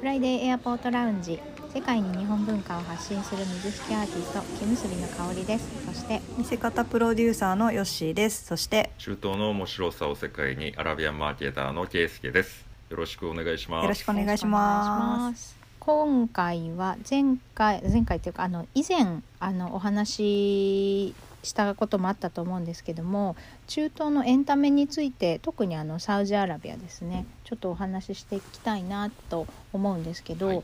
フライデーエアポートラウンジ世界に日本文化を発信する水引アーティスト木結びの香りですそして見せ方プロデューサーのヨッシーですそして中東の面白さを世界にアラビアンマーケターのケイスケですよろしくお願いしますよろしくお願いします今回は前回前回というかあの以前あのお話ししたこともあったと思うんですけども中東のエンタメについて特にあのサウジアラビアですねちょっとお話ししていきたいなと思うんですけど、はい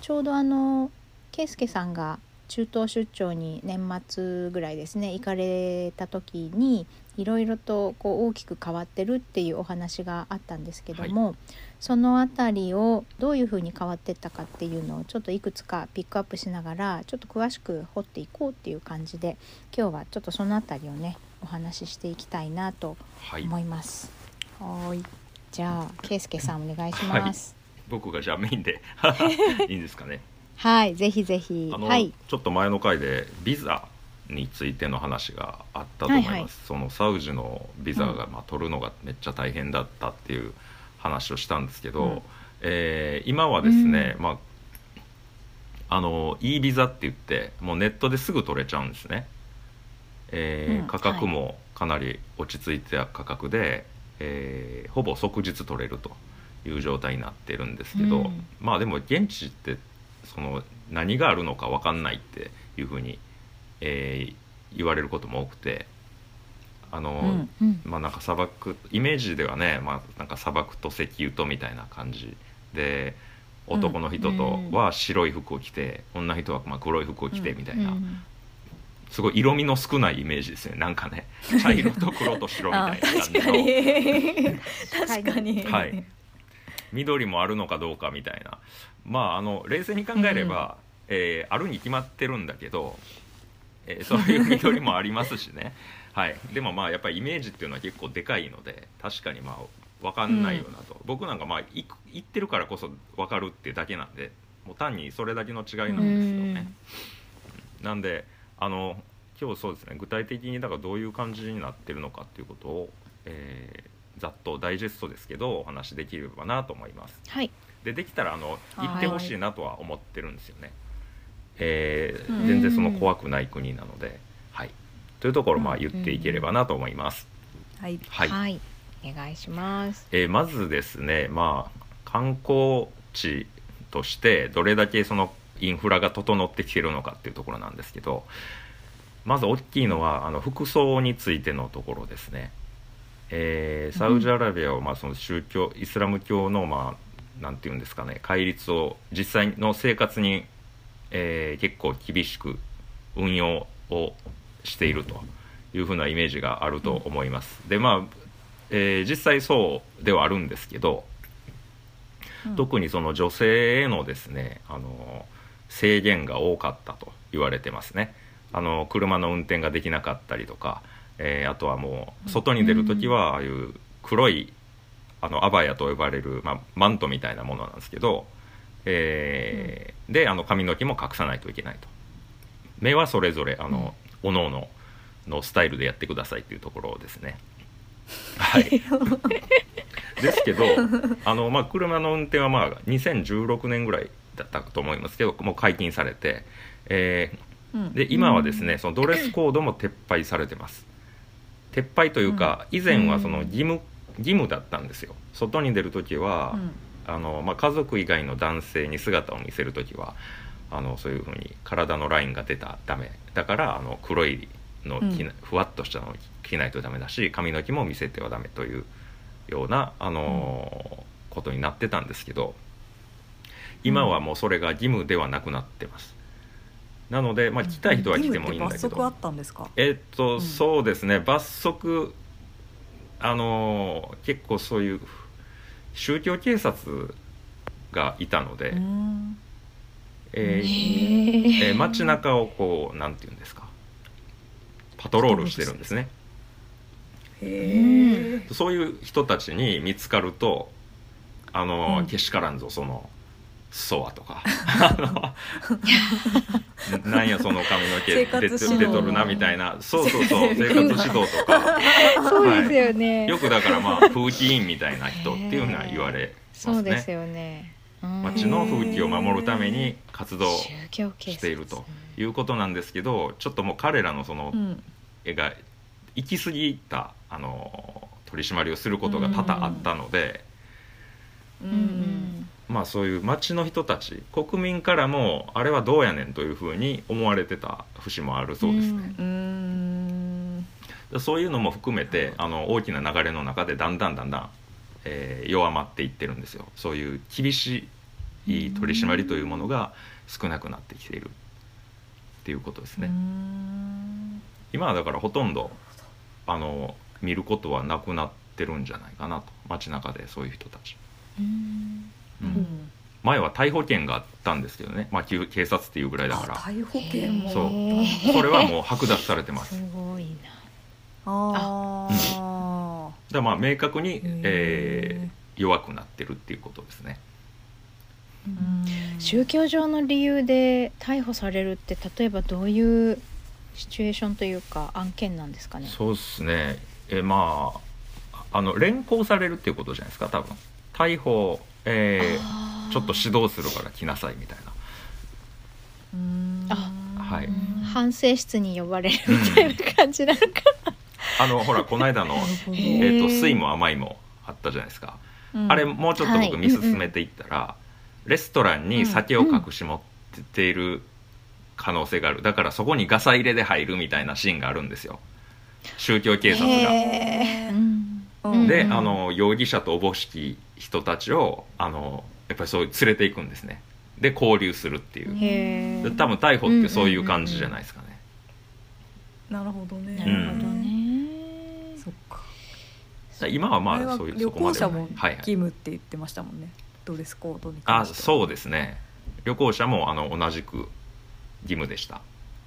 ちょうどあの圭介さんが中東出張に年末ぐらいですね行かれた時にいろいろとこう大きく変わってるっていうお話があったんですけども、そのあたりをどういうふうに変わってったかっていうのをちょっといくつかピックアップしながらちょっと詳しく掘っていこうっていう感じで今日はちょっとそのあたりをねお話ししていきたいなとはい思います。はいじゃあ圭介さんお願いします。僕がじゃあメインで いいんですかねはい、ぜひぜひ。あの、はい。ちょっと前の回でビザについての話があったと思います、はいはいそのサウジのビザが、まあ、取るのがめっちゃ大変だったっていう話をしたんですけど、うんえー今はですね、うまああの e ビザって言ってもうネットですぐ取れちゃうんですね、えーうん価格もかなり落ち着いた価格で、えーほぼ即日取れるという状態になってるんですけど、うんまあでも現地ってその何があるのか分かんないっていうふうに、えー言われることも多くてあの、うんうんまあなんか砂漠イメージではね、まあ、なんか砂漠と石油とみたいな感じでうん男の人とは白い服を着て、女の人はまあ黒い服を着てみたいな、うんすごい色味の少ないイメージですねなんかね茶色と黒と白みたあいなー確感かじの。に 確かにはい、緑もあるのかどうかみたいなまああの冷静に考えれば、えーあるに決まってるんだけど、えーそういう緑もありますしね、 はい、でもまあやっぱりイメージっていうのは結構でかいので確かにまあ分かんないよなと、僕なんかまあ行く行ってるからこそ分かるってだけなんでもう単にそれだけの違いなんですよね。なんであの今日そうですね具体的にだからどういう感じになってるのかっていうことを、えーざっとダイジェストですけどお話しできればなと思います。はい。でできたらあのはい行ってほしいなとは思ってるんですよね。えーうん全然その怖くない国なので、はい、というところをまあうん言っていければなと思います。はいはいはい。お願いします。えーまずですね、まあ、観光地としてどれだけそのインフラが整ってきてるのかっていうところなんですけどまず大きいのはあの服装についてのところですね、えーサウジアラビアを、まあ、その宗教イスラム教の、まあ、なんていうんですかね戒律を実際の生活に、えー結構厳しく運用をしているというふうなイメージがあると思います。でまあえー実際そうではあるんですけど、特にその女性へのですねあの制限が多かったと言われてますねあの車の運転ができなかったりとか、えーあとはもう外に出る時はああいう黒いあのアバヤと呼ばれる、まあ、マントみたいなものなんですけど、えーであの髪の毛も隠さないといけないと目はそれぞれあの、おのおののスタイルでやってくださいっていうところですねはいですけどあの、まあ、車の運転は、まあ、2016年ぐらいだったと思いますけどもう解禁されて、えうんーで今はですねそのドレスコードも撤廃されてます撤廃というか、以前はその義務義務だったんですよ外に出る時は、うんあのまあ、家族以外の男性に姿を見せる時はあのそういうふうに体のラインが出たらダメだからあの黒いのを着な、ふわっとしたのを着ないとダメだし髪の毛も見せてはダメというような、あのーことになってたんですけど今はもうそれが義務ではなくなってます。なので、まあ、来たい人は来てもいいんだ義け務って罰則あどっ、たんですかえっと、うんそうですね罰則あのー結構そういう宗教警察がいたので、うんえーえー街中をこうなんていうんですかパトロールしてるんですねへそういう人たちに見つかると「あのーうんけしからんぞその裾は」と か「あのなんやその髪の毛生出活て指出導とるな」みたいなそうそうそう生活指導とか そうですよね。よくだからまあ風紀委員みたいな人っていうのは言われますね。そうですよね。うん町の風紀を守るために活動宗教形しているということなんですけどちょっともう彼らのそのうん絵が行き過ぎたあの取り締まりをすることが多々あったので、ううんんまあそういう町の人たち国民からもあれはどうやねんというふうに思われてた節もあるそうですね。んうんうんでそういうのも含めてあの大きな流れの中でだんだんだんだん、えー弱まっていってるんですよそういう厳しい取り締まりというものが少なくなってきているっていうことですね、うん今はだからほとんどあの見ることはなくなってるんじゃないかなと街中でそういう人たち、うんううんん前は逮捕権があったんですけどね、まあ、警警察っていうぐらいだあか逮捕権もそうへらーそれはもう剥奪され てますすごいなああだからまあ明確に、へえーー弱くなってるっていうことですねうん宗教上の理由で逮捕されるって例えばどういうシチュエーションというか案件なんですかねそうですねえまああの連行されるっていうことじゃないですか多分逮捕、えーあーちょっと指導するから来なさいみたいな、うんあはい反省室に呼ばれるみたいな感じなのかあの ほらこの間のなるほど「えー、とへー酸いも甘いも」あったじゃないですか、うんあれもうちょっとはい僕見進めていったら、レストランに酒を隠し持ってている可能性があるだからそこにガサ入れで入るみたいなシーンがあるんですよ宗教警察が。へーうんで、うんあの容疑者とおぼしき人たちをあのやっぱりそういう連れていくんですねで交流するっていうへでー多分逮捕ってそういう感じじゃないですかね、なるほどねなるほどうんね、そっかだから今はれまあはそういう旅そこ行までは者ないもはい義はい、務って言ってましたもんねドレスコードにあ関してそうですね旅行者もあの同じく義務でした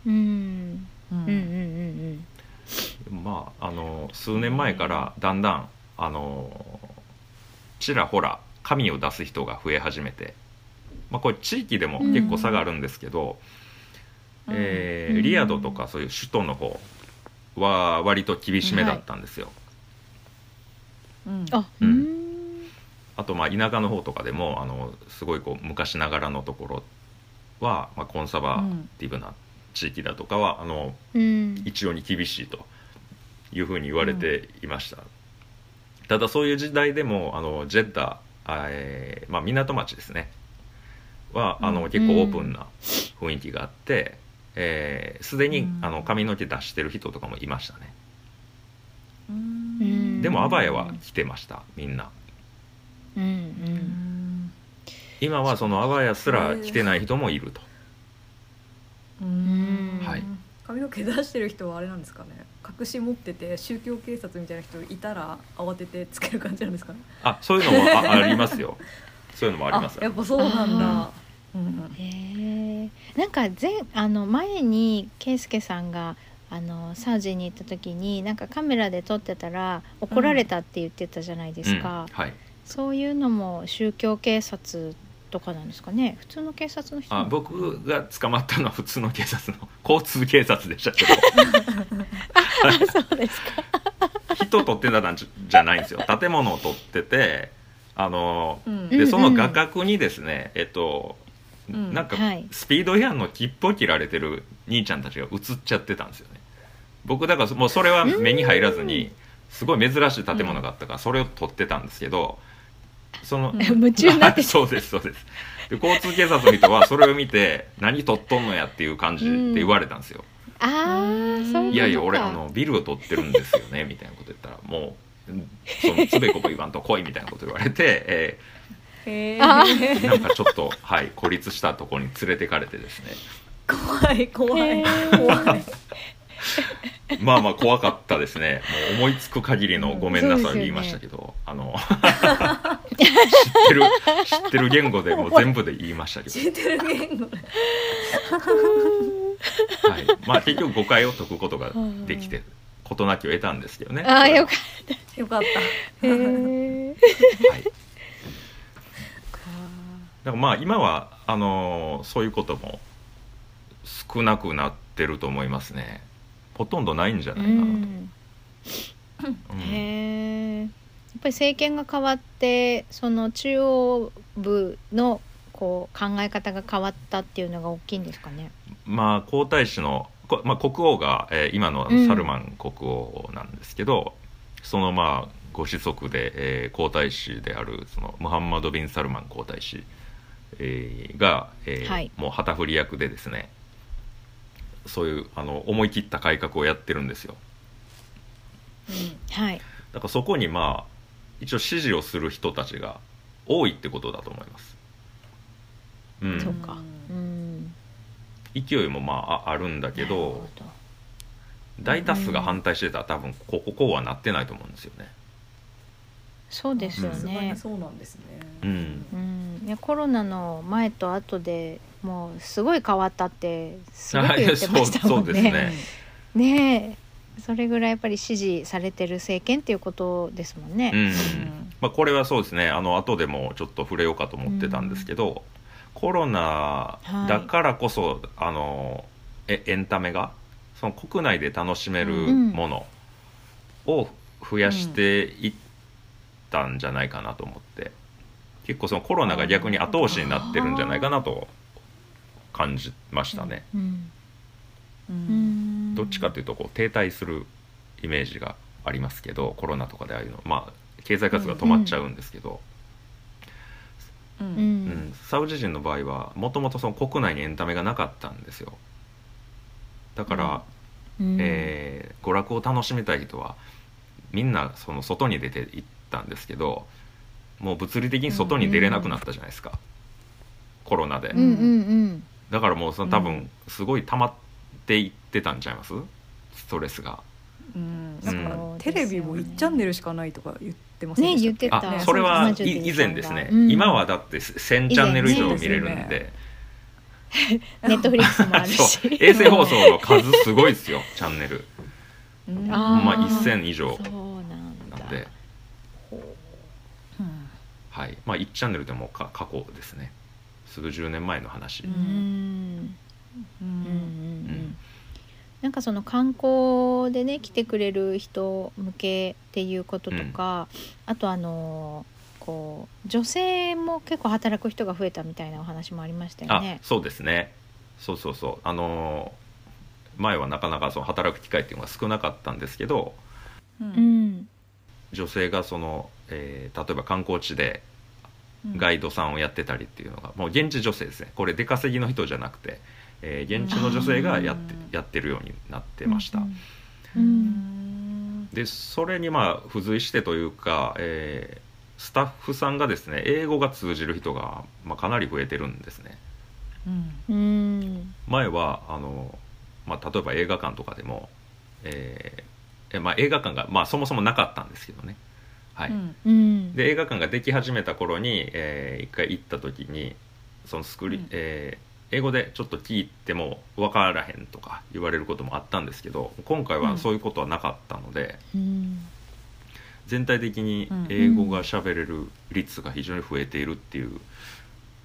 うん、ううんうんうんんうんまああの数年前からだんだんあのちらほら紙を出す人が増え始めて、まあ、これ地域でも結構差があるんですけど、えーうんリヤドとかそういう首都の方は割と厳しめだったんですよ、うんあううんんあとまあ田舎の方とかでもあのすごいこう昔ながらのところは、まあ、コンサバティブな地域だとかは、あのうん一応に厳しいというふうに言われていました、ただそういう時代でもあのジェッダあえーまあ、港町ですねはあのうん結構オープンな雰囲気があってすで、えー既にうんあの髪の毛出してる人とかもいましたねうんでもアバヤうはん来てましたみんなうんううんん今はそのアバヤすら来てない人もいるとうんはい髪の毛出してる人はあれなんですかね隠し持ってて宗教警察みたいな人いたら慌ててつける感じなんですかねあそういうのもあありますよそういうのもありますやっぱそうなんだうんへえなんか前あの前に圭介さんがあのサウジに行った時になんかカメラで撮ってたら怒られたって言ってたじゃないでうんすか、はい、そういうのも宗教警察とかなんですかね普通の警察の人あ僕が捕まったのは普通の警察の 交通警察でしたけどあ そうですか人撮ってたんじゃじゃないんですよ建物を撮っててあのうんうんうでんその画角にですね、えっと、うんなんかはいスピード違反の切符を切られてる兄ちゃんたちが映っちゃってたんですよね僕だからもうそれは目に入らずにすごい珍しい建物があったからそれを撮ってたんですけどその、うん夢中になってし そうですそうですで交通警察の人はそれを見て「何撮っとんのや」っていう感じで言われたんですよあーそういうことかいやいや俺あのビルを取ってるんですよねみたいなこと言ったらもううんそのつべこべ言わんと来いみたいなこと言われて、えへあえーなんかちょっとはい孤立したとこに連れてかれてですね 怖い怖へいー怖いまあまあ怖かったですねもう思いつく限りのごめんなさいを言いましたけど、あの知ってる知ってる言語で もう全部で言いましたけ知ってる言語でど、はい、まあ結局誤解を解くことができて事なきを得たんですけどね あーよかっよかったへーた、はいだからまあ今はあのーそういうことも少なくなってると思いますねほとんどないんじゃうないかなと、うんんへえやっぱり政権が変わってその中央部のこう考え方が変わったっていうのが大きいんですかね。まあ、皇太子の、こまあ、国王が、えー今のうんサルマン国王なんですけど、そのまあご子息で、えー皇太子であるそのムハンマド・ビン・サルマン皇太子、えーが、えーはいもう旗振り役でですねそういうあの思い切った改革をやってるんですよはい。だからそこにまあ一応支持をする人たちが多いってことだと思います、う、うんそうんかううんん。勢いもまあああるんだけなるどほど大多数が反対してたら多分こここうはなってないと思うんですよねそうですよさすがねに。そうなんですね。うんうん、いやコロナの前と後でもうすごい変わったってすごく言ってましたもんそうそうですね。ねねえそれぐらいやっぱり支持されてる政権っていうことですもんね。うん、んまあ、これはそうですねあの後でもちょっと触れようかと思ってたんですけど、コロナだからこそ、あのえエンタメがその国内で楽しめるものを増やしていったんじゃないかなと思って、結構そのコロナが逆に後押しになってるんじゃないかなと感じましたね。うんううんんどっちかというとこう停滞するイメージがありますけどコロナとかでああいうのまあ経済活動が止まっちゃうんですけど、ううんうんんサウジ人の場合はもともとその国内にエンタメがなかったんですよだから、うんえー娯楽を楽しみたい人はみんなその外に出て行ったんですけどもう物理的に外に出れなくなったじゃないですか、コロナで、うんうんうんだからもうその多う分すごい溜まっていってたんちゃいますストレスがうんなんかうんテレビも1チャンネルしかないとか言ってませんねでし言たっっけてたあそれは70い人以前ですね、さんがうん今はだって1000チャンネル以上見れるん以前でねネットフリックスもあるしそう衛星放送の数すごいですよ チャンネルうんあーまあ1000以上そうなんだなんで、うんはいまあ、1チャンネルでもか過去ですね数十年前の話、うんううんうんうんんんなんかその観光でね来てくれる人向けっていうこととか、あとあのこう女性も結構働く人が増えたみたいなお話もありましたよあね。そうですねそうそうそうあのー前はなかなかその働く機会っていうのが少なかったんですけどううんん、女性がその、えー例えば観光地でガイドさんをやってたりっていうのがもう現地女性ですねこれ出稼ぎの人じゃなくて、えー現地の女性がやってうんやってるようになってました、うんうんでそれにまあ付随してというか、えースタッフさんがですね英語が通じる人が、まあ、かなり増えてるんですねうんうんうん前はあの、まあ、例えば映画館とかでも、えーえまあ、映画館が、まあ、そもそもなかったんですけどねはい、うんうんで映画館ができ始めた頃に、えー一回行った時にそのスクリ、うんえー英語でちょっと聞いても分からへんとか言われることもあったんですけど今回はそういうことはなかったので、うん全体的にうん英語が喋れる率が非常に増えているっていう、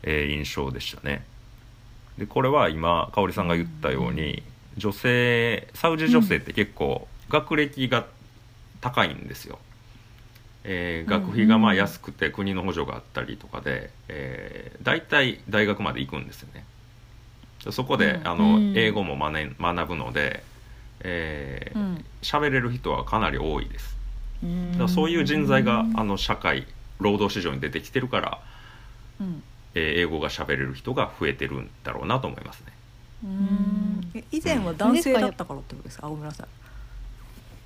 えー印象でしたね。でこれは今香織さんが言ったように、女性サウジ女性って結構学歴が高いんですよ。えー学費がまあ安くて国の補助があったりとかで、えー、大体大学まで行くんですよね。そこで、うんあのうん英語も学ね学ぶので、えうーん喋れる人はかなり多いです。うんだからそういう人材がうんあの社会労働市場に出てきてるから、うんえー英語が喋れる人が増えてるんだろうなと思いますね。うんえ以前は男性だったからってことですかあごめんなさい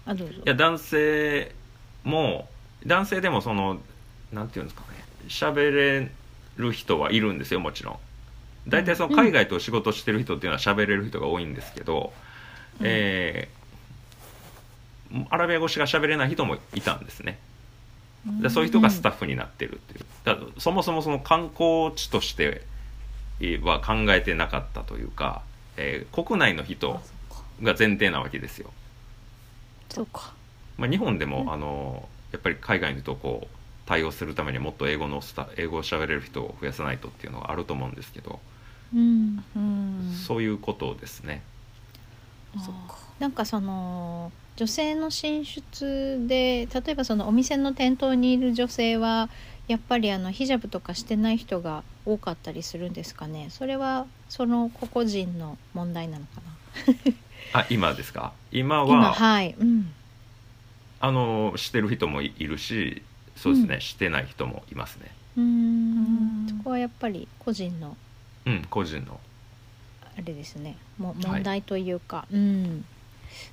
あどうぞいや男性も男性でもそのなんていうんですかね喋れる人はいるんですよもちろん。大体その海外と仕事してる人っていうのは喋れる人が多いんですけど、うんえーアラビア語しか喋れない人もいたんですね。でそういう人がスタッフになってるっていうだからそもそもその観光地としては考えてなかったというか、えー国内の人あそっかが前提なわけですよ、そうかまあ、日本でも、うんあのやっぱり海外の人とこう対応するためにもっと英語のスタ英語を喋れる人を増やさないとっていうのがあると思うんですけど、うんうんそういうことですねそっかなんかその女性の進出で例えばそのお店の店頭にいる女性はやっぱりあのヒジャブとかしてない人が多かったりするんですかねそれはその個々人の問題なのかなあ今ですか今は今はい、うん、あのしてる人もいいるしそうですね、うんしてない人もいますねうーんうんそこはやっぱり個人のうん個人のあれですねもい問題というか、うん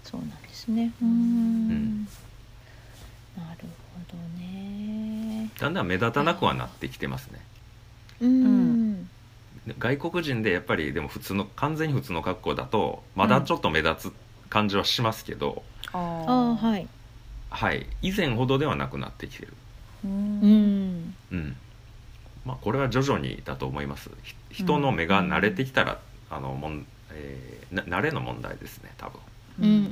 そうなんですねうーんうんなるほどねだんだん目立たなくはなってきてますねうん、で外国人でやっぱりでも普通の完全に普通の格好だとまだちょっと目立つ感じはしますけど、あああい。はいはい以前ほどではなくなってきてるう。うんんうんまあこれは徐々にだと思いますひ人の目が慣れてきたら、あのもん、えーな慣れの問題ですね多分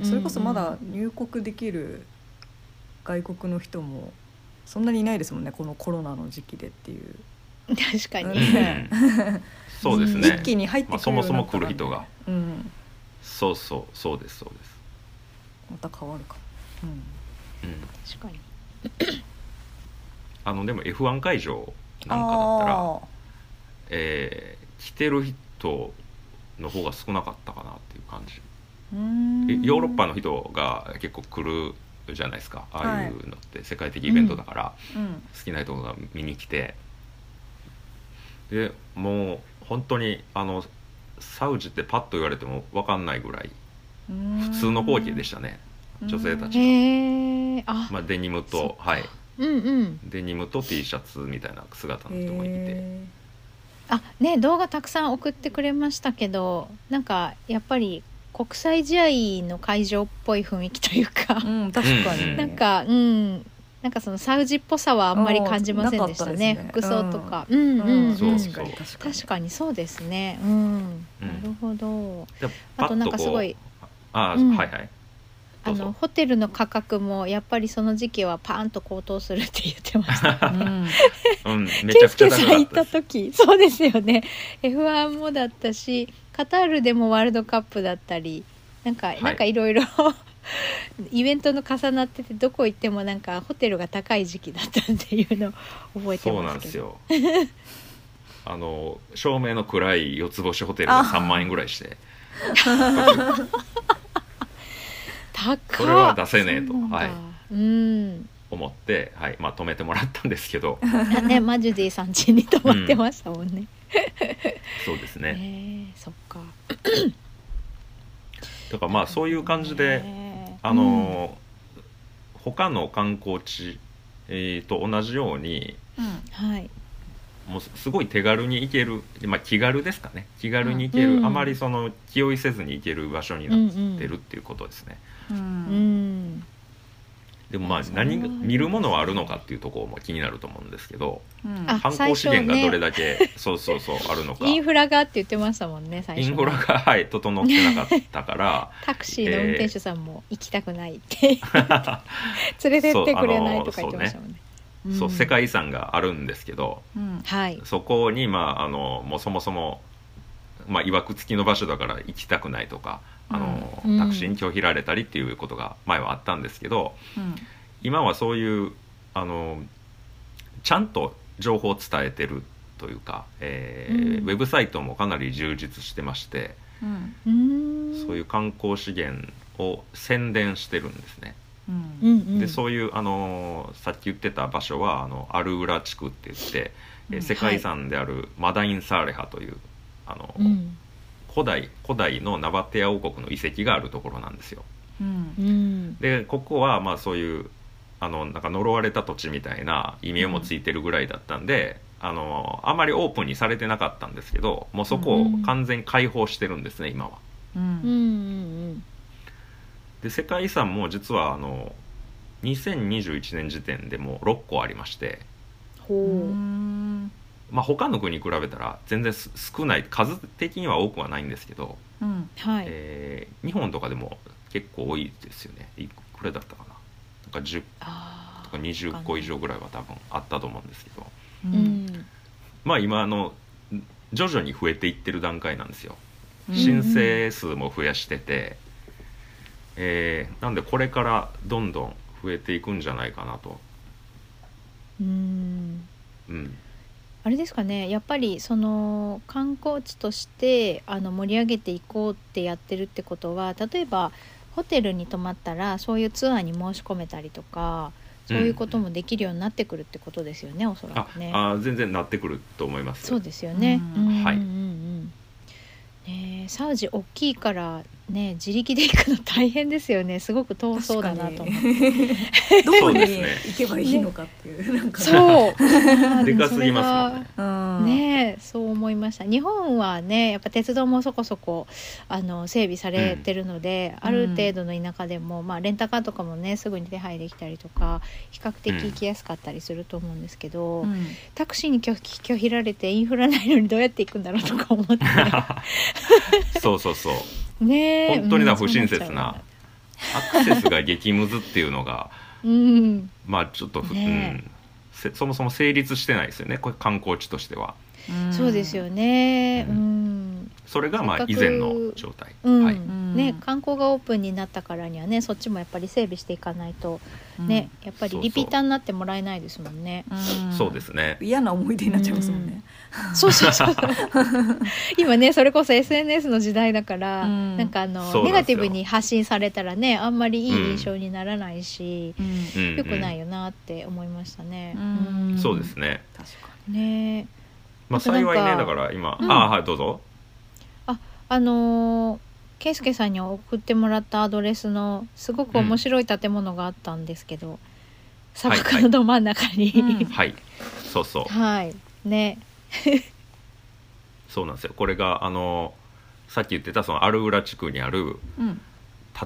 うんそれこそまだ入国できる外国の人もそんなにいないですもんねこのコロナの時期でっていう、確かに、ねうんうんそうですね一気に入ってくまあ、るそもそも来る人ようになったらねがうん、そうそうそうですそうですまた変わるかも、うん、うん確かにあのでも F1 会場なんかだったら、あーえー来てる人の方が少なかったかなっていう感じうーんえヨーロッパの人が結構来るじゃないですかああいうのって世界的イベントだから、うん好きな人が見に来てでもう本当にあのサウジってパッと言われても分かんないぐらい普通の光景でしたね、うん女性たちへえあ、まあ、デニムそとっ、かはい、うんうんデニムと T シャツみたいな姿の人もいてへあね動画たくさん送ってくれましたけどなんかやっぱり国際試合の会場っぽい雰囲気というかー、うん、確かに、うんなんかうんなんかそのサウジっぽさはあんまり感じませんでしたねなか服ったですね装とか、うんうんうんそう確かに確かに確かにそうですねうん、うんなるほどであとなんかパッこうすごいあ、うんはいはいあどうのぞホテルの価格もやっぱりその時期はパーンと高騰するって言ってましたうんうんめちケゃイくスちケゃ高さんか行っったたです時そうですよね F1 もだったしカタールでもワールドカップだったりなんか、いなんかいろいろ イベントの重なっててどこ行ってもなんかホテルが高い時期だったっていうのを覚えてそうまなすんでけすどよ あの照明の暗い四つ星ホテルが3万円ぐらいして高これは出せねえとそうなんだはいうん思って、はいまあ、止めてもらったんです けどあねマジュディさん家に泊まってましたもんね、そうですえねえそっかだからまあそういう感じで、ねあの他の観光地、えーと同じようにうんはいもうすごい手軽に行ける、まあ、気軽ですかね気軽に行ける、うんあまりその気負いせずに行ける場所になってるっていうことですね、ううんんでもまあそれは何が見るものはあるのかっていうところも気になると思うんですけどうんあ観光資源が最初ねどれだけ、そうそうそうあるのか インフラがって言ってましたもんね最イ初ンフラが、はい、整ってなかったからタクシーの運転手さんも行きたくないって、連れてってくれないとか言ってましたもんね。そう世ん界遺産があるんですけどうんはい、そこに、まあ、あのもうそもそも、まあ、いわくつきの場所だから行きたくないとかあの、うんタクシーに拒否られたりっていうことが前はあったんですけどうん今はそういうあのちゃんと情報を伝えてるというか、えーうんウェブサイトもかなり充実してましてうんうーんそういう観光資源を宣伝してるんですね。うんうんうん、でそういうあのーさっき言ってた場所はあのアルウラ地区って言って、えーうん世界遺産であるマダイン・サーレハという、あのーうん古代古代のナバテア王国の遺跡があるところなんですよ。うんうんでここはまあそういうあのなんか呪われた土地みたいな意味もついてるぐらいだったんで、あのーあまりオープンにされてなかったんですけどもうそこを完全に開放してるんですね、今は。ううんうんんで世界遺産も実はあの2021年時点でもう6個ありまして。ほうんまあ、他の国に比べたら全然す少ない数的には多くはないんですけど、うんうはい、えー日本とかでも結構多いですよねいくらだったかななんか10あとかー20個以上ぐらいは多分あったと思うんですけどううんんまあ今あの徐々に増えていってる段階なんですよん申請数も増やしてて、えーなんでこれからどんどん増えていくんじゃないかなとうんあれですかねやっぱりその観光地としてあの盛り上げていこうってやってるってことは例えばホテルに泊まったらそういうツアーに申し込めたりとかそういうこともできるようになってくるってことですよね、おそらあくね。あ全然なってくると思いますそうですよね。ううんんはいうんうんうんねえサウジ大きいからね自力で行くの大変ですよねすごく遠そうだなと思って確かにどこそうにですね行けばいいのかっていう、なんかそうあ でもかそすれぎがますもうんねんねえそう思いました日本はねやっぱ鉄道もそこそこあの整備されてるので、うんある程度の田舎でも、まあ、レンタカーとかもねすぐに手配できたりとか比較的行きやすかったりすると思うんですけど、うんタクシーに拒否拒否られてインフラないのにどうやって行くんだろうとか思って そうそうそうねえ本当にだうん不親切なアクセスが激ムズっていう のがそうなっちゃううんまあちょっとふ、ねえうんせそもそも成立してないですよねこれ観光地としてはそうですよねう、うんそれがませあっかく以前の状態、うんはい、ね観光がオープンになったからにはねそっちもやっぱり整備していかないとうんね、やっぱりそうそうリピーターになってもらえないですもん ね。うんそうですね嫌な思い出になっちゃいますもんね、そうそうそう今ねそれこそ SNS の時代だから、うんなんかあのそうネなんですよガティブに発信されたらねあんまりいい印象にならないし、うんうんうん良くないよなって思いましたね。うんんそうですね確かねまああとなんか幸いねだから今、うんああはいどうぞあのーケイスケさんに送ってもらったアドレスのすごく面白い建物があったんですけど、砂漠のど真ん中に、はいはいはいそうそう はいねそうなんですよこれがあのさっき言ってたそのアルウラ地区にあるに、うん、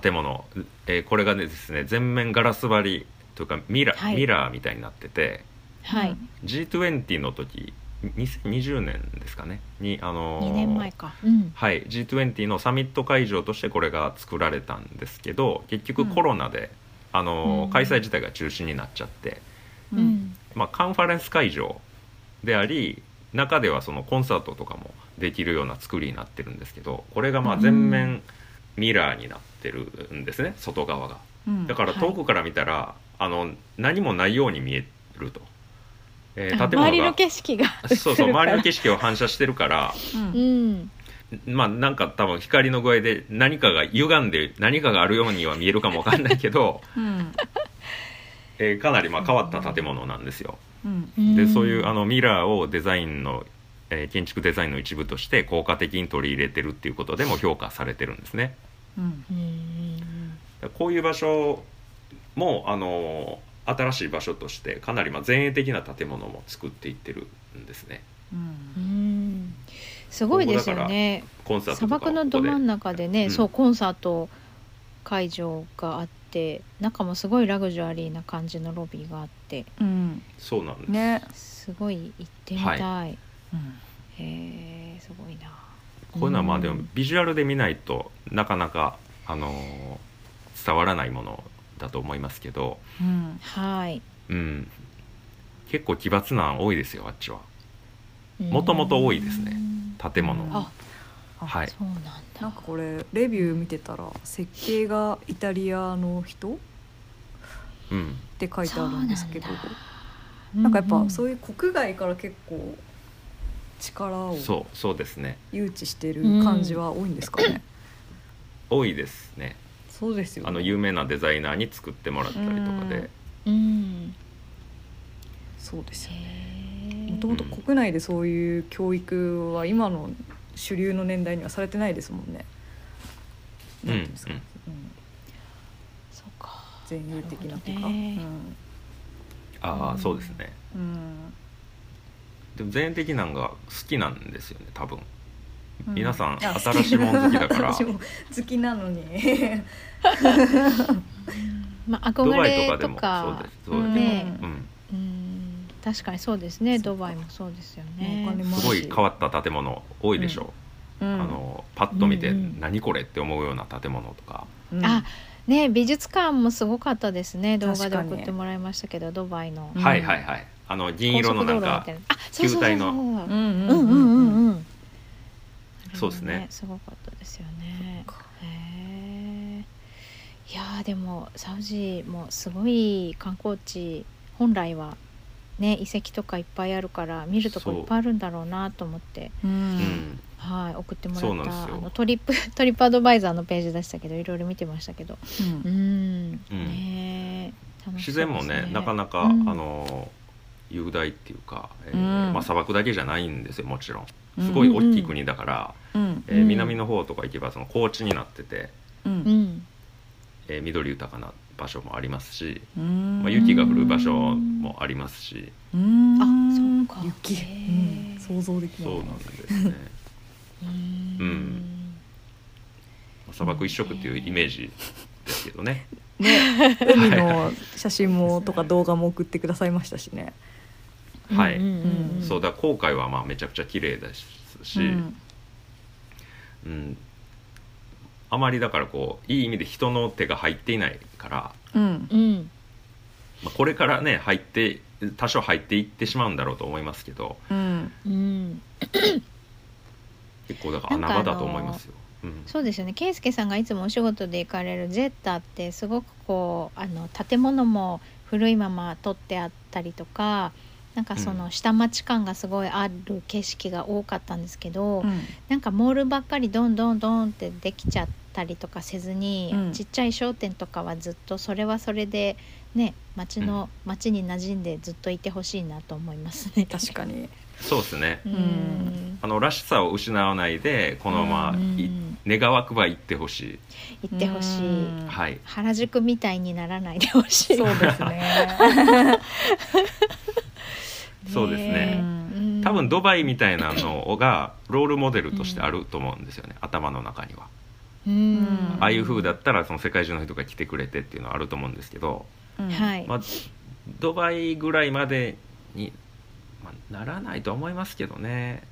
建物、えーこれがねですね全面ガラス張りというかミラ,、はいミラーみたいになっててはい、 G20 の時2020年ですかねにあのー2年前か。うんはい G20 のサミット会場としてこれが作られたんですけど結局コロナで、あのーうん開催自体が中止になっちゃって、ううんんまあ、カンファレンス会場であり中ではそのコンサートとかもできるような作りになってるんですけどこれがまあうん全面ミラーになってるんですね外側が。うんだからはい遠くから見たら、あの何もないように見えると、えーあ建物が周りの景色がそうそ映うるから周りの景色を反射してるからうんうんまあなんか多分光の具合で何かが歪んで何かがあるようには見えるかもわかんないけど、 うんえーかなりまあ変わった建物なんですよ。うんうんでそういうあのミラーをデザインの、えー建築デザインの一部として効果的に取り入れてるっていうことでも評価されてるんですね。うんうんこういう場所もあの新しい場所としてかなりまあ前衛的な建物も作っていってるんですねうんうんすごいですよねコンサート砂とかをこ漠このど真んで中でねうんそうコンサート会場があって中もすごいラグジュアリーな感じのロビーがあってうんそうなんです、ね、すごい行ってみたい、へえすごいなこういうのはまあでうもんビジュアルで見ないとなかなかあの伝わらないものだと思いますけど、うんはいうん、結構奇抜なの多いですよあっちは元々多いですねうん建物うんあはいそうなんだなんかこれレビュー見てたら設計がイタリアの人っうん、て書いてあるんですけどそうなんだなんかやっぱそういういう国外から結構力をそうそうですね誘致してる感じは多いんですかね、多いですねそうですよ、ね、あの有名なデザイナーに作ってもらったりとかで、うん、うんそうですよねへえもともと国内でそういう教育は今の主流の年代にはされてないですもんね。うんなんていうんですかうんうんそうか前衛的なっていうなるほどか、ねあうんあそうですねうんうんでも前衛的なんが好きなんですよね多分うん皆さんあ新しいもの好きだか ら私も好きなのにまあ、ド憧バれイととかかでもそうですそうです、ねうん、うん確かにそうですねそドっかバイもそうですよお金ねもすごい変わった建物多いでしょうう、んあのパッと見てうんうん「何これ?」って思うような建物とか、うんあね美術館もすごかったですね動画確でかに送ってもらいましたけどドバイのうんはいはいはいあの銀色のなんか高速道路みたいなあそうそうそうそう球体うんうのんうんうんうんんうん、あれもそうですねすごかったですよねへえいやーでもサウジもすごい観光地本来はね遺跡とかいっぱいあるから見るとこそいうっぱいあるんだろうなと思って、ううんん、はい、送ってもそうらったあなんですよのトリップ トリップアドバイザーのページでしたけどいろいろ見てましたけどうーん、うんねえ楽し自そうです然もねなかなか、うんあの雄大っていうか、えーうんまあ、砂漠だけじゃないんですよもちろんうんすごい大きい国だから、うんえーうん南の方とか行けばその高地になってて、ううんんえー緑豊かな場所もありますし、うんまあ、雪が降る場所もありますし、うんあそうか雪、へーうん、想像できないそうなんですねううんん砂漠一色っていうイメージですけどねね、海の写真もとか動画も送ってくださいましたしね。はいうんうんうんうんそうだから航海はまあめちゃくちゃ綺麗ですし、うんうんあまりだからこういい意味で人の手が入っていないから、うんうんまあ、これからね入って多少入っていってしまうんだろうと思いますけどうんうん結構だから穴場だと思いますよ。うんそうですよね圭介さんがいつもお仕事で行かれるジェッタってすごくこうあの建物も古いまま取ってあったりとかなんかその下町感がすごいある景色が多かったんですけど、うんなんかモールばっかりどんどんどんってできちゃったりとかせずに、うんちっちゃい商店とかはずっとそれはそれでね町の、町に馴染んでずっといてほしいなと思いますね。確かに。そうですねうんうんあのらしさを失わないでこのまうまいん願わくば行ってほし行ってほしい、うんい、はい、原宿みたいにならないでほしいそうですね。 そうですねうん多分ドバイみたいなのがロールモデルとしてあると思うんですよね、頭の中にはうんうん。ああいう風だったらその世界中の人が来てくれてっていうのはあると思うんですけど、はいい、まあ、ドバイぐらいまでに、まあならないとは思いますけどね、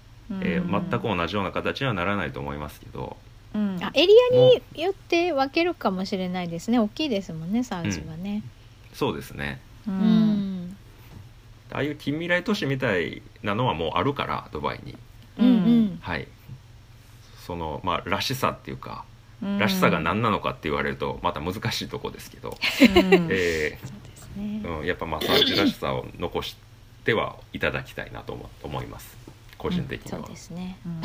えー全く同じような形にはならないと思いますけどうんあエリアによって分けるかもしれないですね大きいですもんねサウジはね、そうですねううんんああいう近未来都市みたいなのはもうあるからドバイにうんうんはいそのまあらしさっていうか、らしさが何なのかって言われるとまた難しいとこですけ ど、うん えそうですね、ーうん、やっぱまあサウジらしさを残してはいただきたいなと思思います個人的にそうはで。すねうん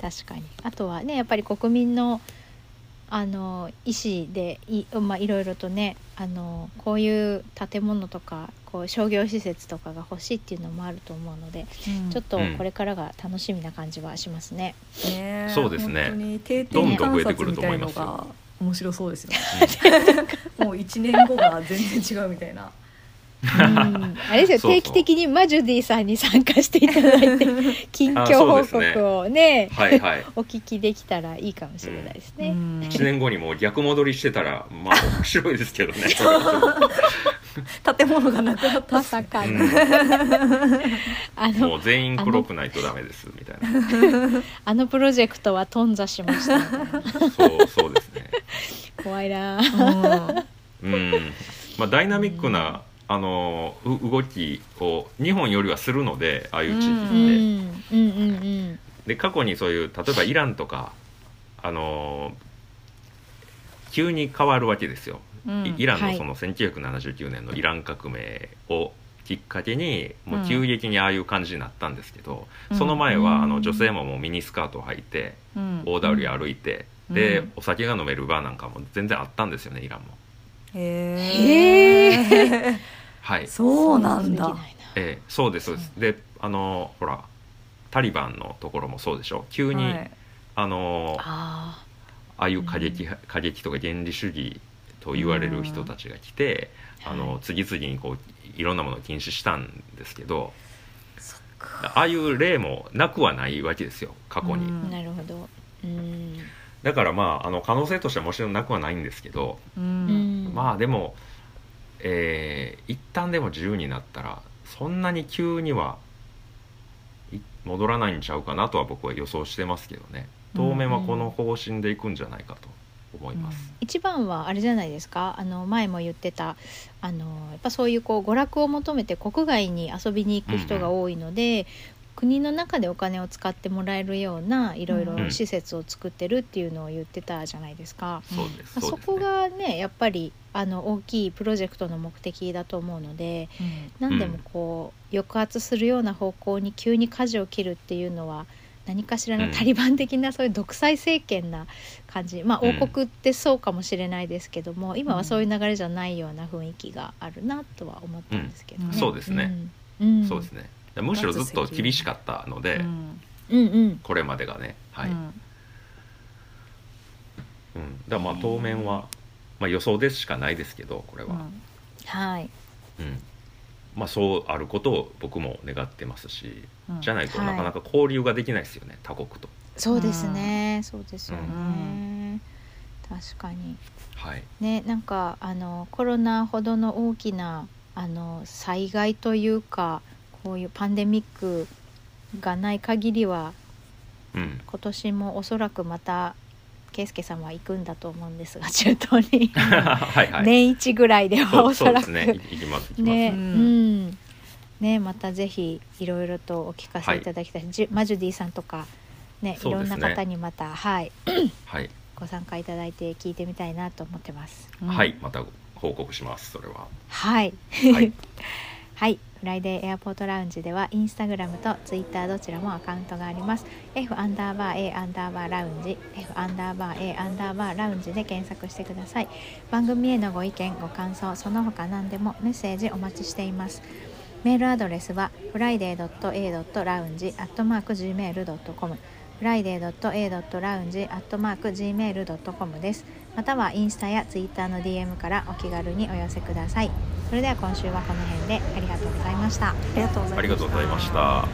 確かにあとはねやっぱり国民のあの意思でい,、まあ、いろいろとねあのこういう建物とかこう商業施設とかが欲しいっていうのもあると思うので、ちょっとうんこれからが楽しみな感じはします ね。ねそうですね本当に定どん点どん観増えて察くるみとた思いいのますよが面白そうですよね。もう一年後が全然違うみたいな。 うんあれですそうそよう定期的にマジュディさんに参加していただいて 近況報告をねはいはいお聞きできたらいいかもしれないですね。うん1年後にもう逆戻りしてたらまあ面白いです けどねそれは建物がなくなったま。さかうの、んあものう全員黒くないとダメですみたいあのプロジェクトは頓挫しましたみたいななそうそうですね怖いな。うんうんまあダイナミックなあのう動きを日本よりはするのでああいう地う域って、んうんうんうんで過去にそういう例えばイランとかあの急に変わるわけですよ、うんイイランはのいその1979年のイラン革命をきっかけにもう急激にああいう感じになったんですけど、うんその前はあうのん女性ももうミニスカートを履いてうん大通りを歩いて、で、うんお酒が飲めるバーなんかも全然あったんですよねイランも。へえ。はいそうなんだでき。ないなえーそうですそうです、であのほらタリバンのところもそうでしょ急に、はいあのあああいう過激,、過激とか原理主義と言われる人たちが来て、うんあの次々にこういろんなものを禁止したんですけどそっああいう例もなくはないわけですよ過去に、うんーなるほど。うんだからまああの可能性としてはもちろんなくはないんですけど、うん。まあでも、えー一旦でも自由になったらそんなに急にはい戻らないんちゃうかなとは僕は予想してますけどね当面はこの方針でいくんじゃないかと思います。一番はあれじゃないですかあの前も言ってたあのやっぱそういうこう娯楽を求めて国外に遊びに行く人が多いので、国の中でお金を使ってもらえるようないろいろうん施設を作ってるっていうのを言ってたじゃないですか。そうですまあそうそですこねがねやっぱりあの大きいプロジェクトの目的だと思うのでうん何でもこう抑圧するような方向に急に舵を切るっていうのは何かしらうのんタリバン的なそういう独裁政権な感じ、まあうん王国ってそうかもしれないですけども今はそういう流れじゃないような雰囲気があるなとは思ったんですけどね。うんそうですねうん、うんそうですねでむしろずっと厳しかったので、うんうんうんこれまでがねはい、ううんんだからまあ当面は、まあ、予想でしかないですけどこれは、はい、うんまあ、そうあることを僕も願ってますし、うんじゃないとはいなかなか交流ができないですよね、他国と。そうですね、そうですよね、う確かにはい、ねなんかあのコロナほどの大きなあの災害というかこういうパンデミックがない限りはうん、 今年もおそらくまた圭介さんは行くんだと思うんですが中東に はいはい、年一ぐらいではそおうそそうでらすくね、いいきます、いきます。ね、ううんん、ね、またぜひいろいろとお聞かせいただきたい、じゅマジュディさんとか。ね、いそうろでんすねな方にまた、はい、はい、ご参加いただいて聞いてみたいなと思ってます。うんはい、また報告します、それは。はい、はい、 はい、フライデーエアポートラウンジではインスタグラムとツイッターどちらもアカウントがあります。F アンダーバー A アンダーバーラウンジ F アンダーバー A アンダーバーラウンジで検索してください。番組へのご意見ご感想その他何でもメッセージお待ちしています。メールアドレスは friday.a.lounge.gmail.com friday.a.lounge.gmail.com です。またはインスタやツイッターの DM からお気軽にお寄せください。それでは今週はこの辺でありがとうございました。ありがとうございましたありがとうございました。